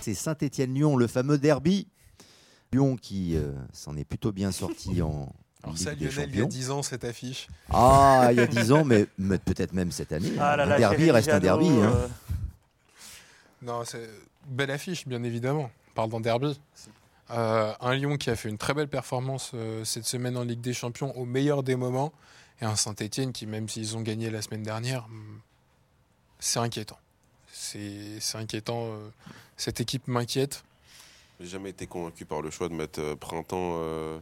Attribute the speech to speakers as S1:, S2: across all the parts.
S1: c'est Saint-Étienne-Lyon, le fameux derby. Lyon qui euh, s'en est plutôt bien sorti en.
S2: Alors
S1: Ligue
S2: ça,
S1: des
S2: Lionel, il y a
S1: Champions.
S2: 10 ans, cette affiche.
S1: Ah, il y a 10 ans, mais, mais peut-être même cette année.
S3: Ah là là,
S1: un derby
S3: Thierry
S1: reste un
S3: Giano,
S1: derby. hein.
S3: euh,
S2: Non, c'est belle affiche, bien évidemment. On parle d'un derby. Euh, un Lyon qui a fait une très belle performance euh, cette semaine en Ligue des Champions au meilleur des moments. Et un Saint-Etienne qui, même s'ils ont gagné la semaine dernière, hum, c'est inquiétant. C'est c'est inquiétant. euh, Cette équipe m'inquiète.
S4: J'ai jamais été convaincu par le choix de mettre euh, Printemps euh,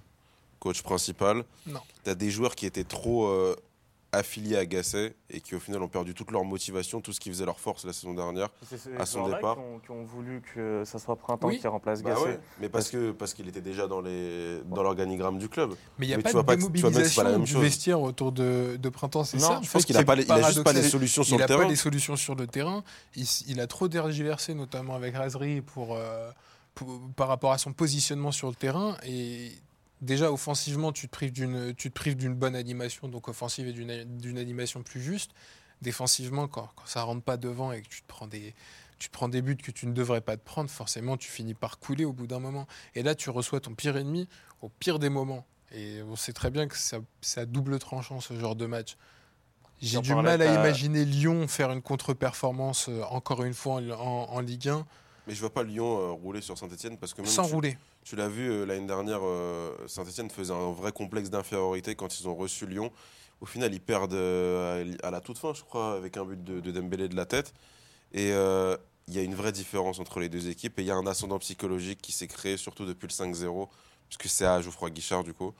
S4: coach principal.
S2: Non.
S4: T'as des joueurs qui étaient trop euh, affiliés à Gasset et qui au final ont perdu toute leur motivation, tout ce qui faisait leur force la saison dernière.
S3: c'est ces
S4: À son
S3: joueurs-là
S4: départ.
S3: Qui ont, qui ont voulu que ça soit Printemps
S2: Oui.
S3: qui remplace
S4: Bah
S3: Gasset.
S4: ouais, mais parce que parce qu'il était déjà dans les dans l'organigramme du club.
S2: Mais il n'y a
S4: Mais
S2: pas
S4: tu vois
S2: de
S4: pas que- tu vois bien que
S2: démobilisation
S4: c'est pas la même
S2: du
S4: chose.
S2: vestiaire autour de, de Printemps, c'est
S3: Non,
S2: ça
S4: Je
S2: en
S4: pense
S2: fait,
S4: qu'il a
S2: qui
S4: pas
S2: est
S4: les- il a juste pas les
S2: paradoxal.
S4: solutions sur
S2: Il
S4: le
S2: n'a
S4: terrain.
S2: pas les solutions sur le terrain. Il, s- il a trop tergiversé, notamment avec Razri, pour, euh, pour- par rapport à son positionnement sur le terrain. Et déjà, offensivement, tu te prives d'une, tu te prives d'une bonne animation, donc offensive et d'une, d'une animation plus juste. Défensivement, quand, quand ça rentre pas devant et que tu te prends des, tu te prends des buts que tu ne devrais pas te prendre, forcément, tu finis par couler au bout d'un moment. Et là, tu reçois ton pire ennemi au pire des moments. Et on sait très bien que ça- c'est à double tranchant ce genre de match. J'ai
S3: On
S2: du
S3: parlait
S2: mal à
S3: de la-
S2: imaginer Lyon faire une contre-performance euh, encore une fois en, en- en Ligue 1
S4: Mais je vois pas Lyon euh, rouler sur Saint-Etienne parce que même
S2: sans
S4: tu,
S2: rouler.
S4: tu l'as vu euh, l'année dernière, Saint-Etienne faisait un vrai complexe d'infériorité quand ils ont reçu Lyon. Au final, ils perdent euh, à la toute fin, je crois, avec un but de, de Dembélé de la tête. Et euh, il y a une vraie différence entre les deux équipes et il y a un ascendant psychologique qui s'est créé surtout depuis le 5-0 puisque c'est à Geoffroy Guichard du coup.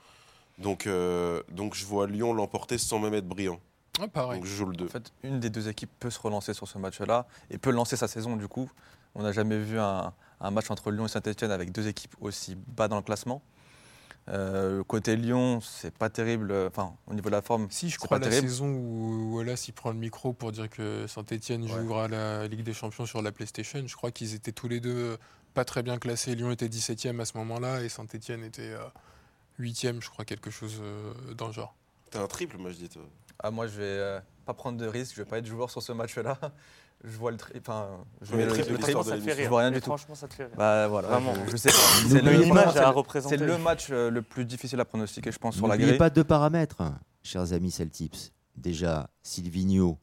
S4: Donc, euh, donc je vois Lyon l'emporter sans même être brillant.
S2: Ouais, Ah,
S3: Ah
S2: pareil.
S4: Donc je joue le 2.
S5: En fait, une des deux équipes peut se relancer sur ce match-là et peut lancer sa saison. Du coup, on n'a jamais vu un, un match entre Lyon et Saint-Etienne avec deux équipes aussi bas dans le classement. Euh, côté Lyon, c'est pas terrible. Enfin, au niveau de la forme,
S2: Si je
S5: c'est
S2: crois
S5: pas
S2: la
S5: terrible.
S2: saison où Wallace il prend le micro pour dire que Saint-Etienne jouera la Ligue des Champions sur la PlayStation, je crois qu'ils étaient tous les deux euh, pas très bien classés. Lyon était 17e à ce moment-là et Saint-Etienne était 8e, je crois, quelque chose euh, dans le genre.
S4: T'as un triple, moi je dis. toi.
S5: Ah, moi, je vais euh, pas prendre de risque. Je vais pas être joueur sur ce match-là. Je vois le tri- Enfin, je
S4: Mais
S5: vais
S4: le
S5: le,
S4: triple,
S5: le
S4: l'histoire
S5: tri-
S4: de
S3: Franchement, ça te fait
S4: l'émission.
S5: Je
S3: rire.
S5: vois rien
S3: Mais
S5: du tout.
S3: Franchement, ça te fait rire.
S5: Bah voilà.
S3: Vraiment.
S5: Je, je sais. pas.
S1: N'oubliez
S5: C'est
S1: pas-
S5: le,
S3: Une image
S5: c'est
S3: à
S5: le-
S3: représenter.
S5: c'est le match euh, le plus difficile à pronostiquer, je pense, sur la
S1: N'oubliez
S5: grille.
S1: pas deux paramètres, chers amis Celtips. Déjà, Silvino,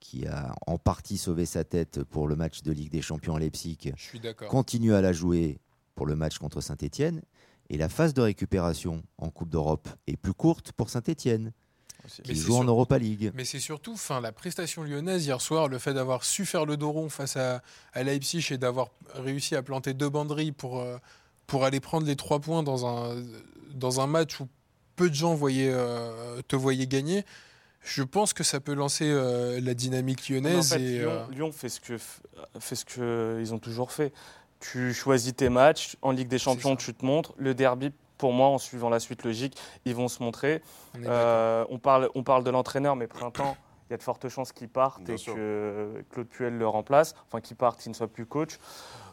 S1: qui a en partie sauvé sa tête pour le match de Ligue des Champions à Leipzig,
S2: Je suis d'accord.
S1: continue à la jouer pour le match contre Saint-Etienne. Et la phase de récupération en Coupe d'Europe est plus courte pour Saint-Etienne,
S5: aussi.
S2: Mais
S1: qui
S2: c'est
S1: joue en
S2: surtout-
S1: Europa League.
S2: Mais c'est surtout fin, la prestation lyonnaise hier soir, le fait d'avoir su faire le dos rond face à, à Leipzig et d'avoir réussi à planter deux banderies pour, euh, pour aller prendre les trois points dans un, dans un match où peu de gens voyaient, euh, te voyaient gagner. Je pense que ça peut lancer euh, la dynamique
S3: Mais en
S2: lyonnaise.
S3: fait,
S2: et,
S3: Lyon,
S2: euh,
S3: Lyon fait ce que f- fait ce que ils ont toujours fait. Tu choisis tes matchs en Ligue des Champions,
S2: ça.
S3: tu te montres. Le derby, pour moi, en suivant la suite logique, ils vont se montrer.
S2: on est
S3: Euh, on parle on parle de l'entraîneur, mais printemps. Il y a de fortes chances qu'il parte
S4: Bien
S3: et
S4: sûr.
S3: que Claude Puel le remplace, enfin qu'il parte, qu'il ne soit plus coach.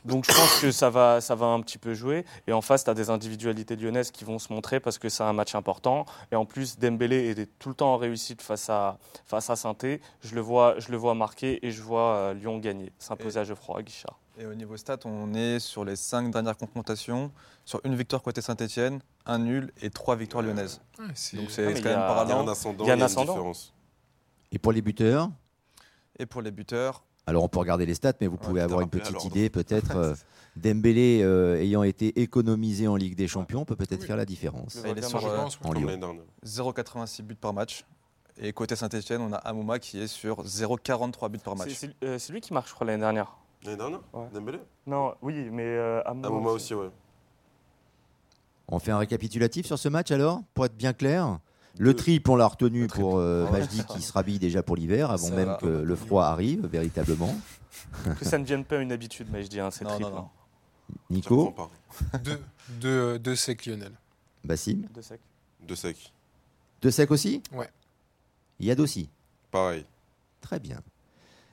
S3: Donc je pense que ça va, ça va un petit peu jouer. Et en face, tu as des individualités lyonnaises qui vont se montrer parce que c'est un match important. Et en plus, Dembélé était tout le temps en réussite face à, face à saint Je le vois, je le vois marquer et je vois euh, Lyon gagner, s'imposer à Geoffroy Guichard.
S5: Et au niveau stats, on est sur les cinq dernières confrontations, sur une victoire côté Saint-Etienne, un nul et trois victoires lyonnaises.
S2: d'accord. Ouais, c'est-
S5: Donc
S2: Ouais,
S3: Ah, mais
S5: c'est
S3: il
S5: quand
S3: y a-
S5: même
S4: Il y a un
S5: parlant.
S4: ascendant,
S3: Il y a un
S4: une
S3: ascendant.
S4: différence.
S1: Et pour les buteurs,
S5: Et pour les buteurs,
S1: alors on peut regarder les stats, mais vous pouvez
S4: putain,
S1: avoir une
S4: rappelez à
S1: petite
S4: l'ordre.
S1: idée peut-être. euh, Dembélé euh, ayant été économisé en Ligue des Champions peut peut-être
S2: Oui.
S1: faire la différence.
S3: Le
S5: il est
S3: Regarde,
S5: sur
S2: je
S5: euh,
S2: pense, ouais.
S1: en
S4: Comme
S1: Lyon.
S4: l'année dernière.
S5: 0,86 buts par match. Et côté Saint-Etienne, on a Amouma qui est sur 0,43 buts par
S3: C'est-
S5: match.
S3: C'est euh, c'est lui qui marche, je crois, l'année dernière.
S4: L'année dernière
S3: Ouais.
S4: Dembélé
S3: Non, oui, mais euh, Amouma
S4: Ah, moi
S3: aussi.
S4: aussi, ouais.
S1: On fait un récapitulatif sur ce match alors, pour être bien clair. Le
S4: Deux.
S1: triple, on l'a retenu
S5: Euh, Le triple.
S1: pour euh,
S5: Ouais,
S1: Majdi
S5: ça va.
S1: qui se rhabille déjà pour l'hiver, avant
S5: Ça
S1: même
S5: va.
S1: que le froid arrive véritablement.
S3: Que ça ne devienne pas une habitude, mais je dis, hein, c'est
S5: Non,
S3: triple.
S5: non, non.
S3: hein,
S1: Nico,
S4: J'apprends pas.
S2: deux, deux, deux secs Lionel.
S1: Bassim,
S3: de sec.
S4: De sec.
S1: De Sec aussi
S2: Ouais.
S1: Yad aussi.
S4: Pareil.
S1: Très bien.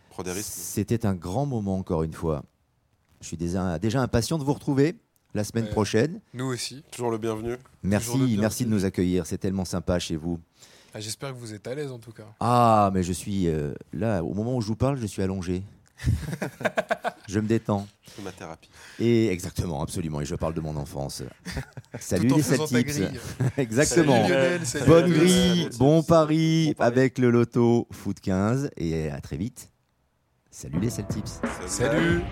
S4: Prends des risques.
S1: C'était un grand moment encore une fois. Je suis déjà, déjà impatient de vous retrouver la semaine
S2: Ouais.
S1: prochaine.
S2: Nous aussi.
S4: Toujours le bienvenu.
S2: Toujours le
S1: Merci,
S2: bienvenu.
S1: merci de nous accueillir. C'est tellement sympa chez vous.
S2: Ah, J'espère que vous êtes à l'aise en tout cas.
S1: Ah, mais je suis euh, là, au moment où je vous parle, je suis allongé. je me détends.
S4: Je fais ma thérapie.
S1: Et exactement, absolument. Et je parle de mon enfance. Salut
S2: Tout en
S1: les
S2: faisant ta
S1: Celtics.
S2: grille.
S1: Exactement.
S2: Salut Lionel, salut
S1: Bonne
S2: à tous.
S1: grille, bon pari
S3: Bon pari.
S1: avec le loto Foot 15 et à très vite. Salut les Celtics.
S2: Salut.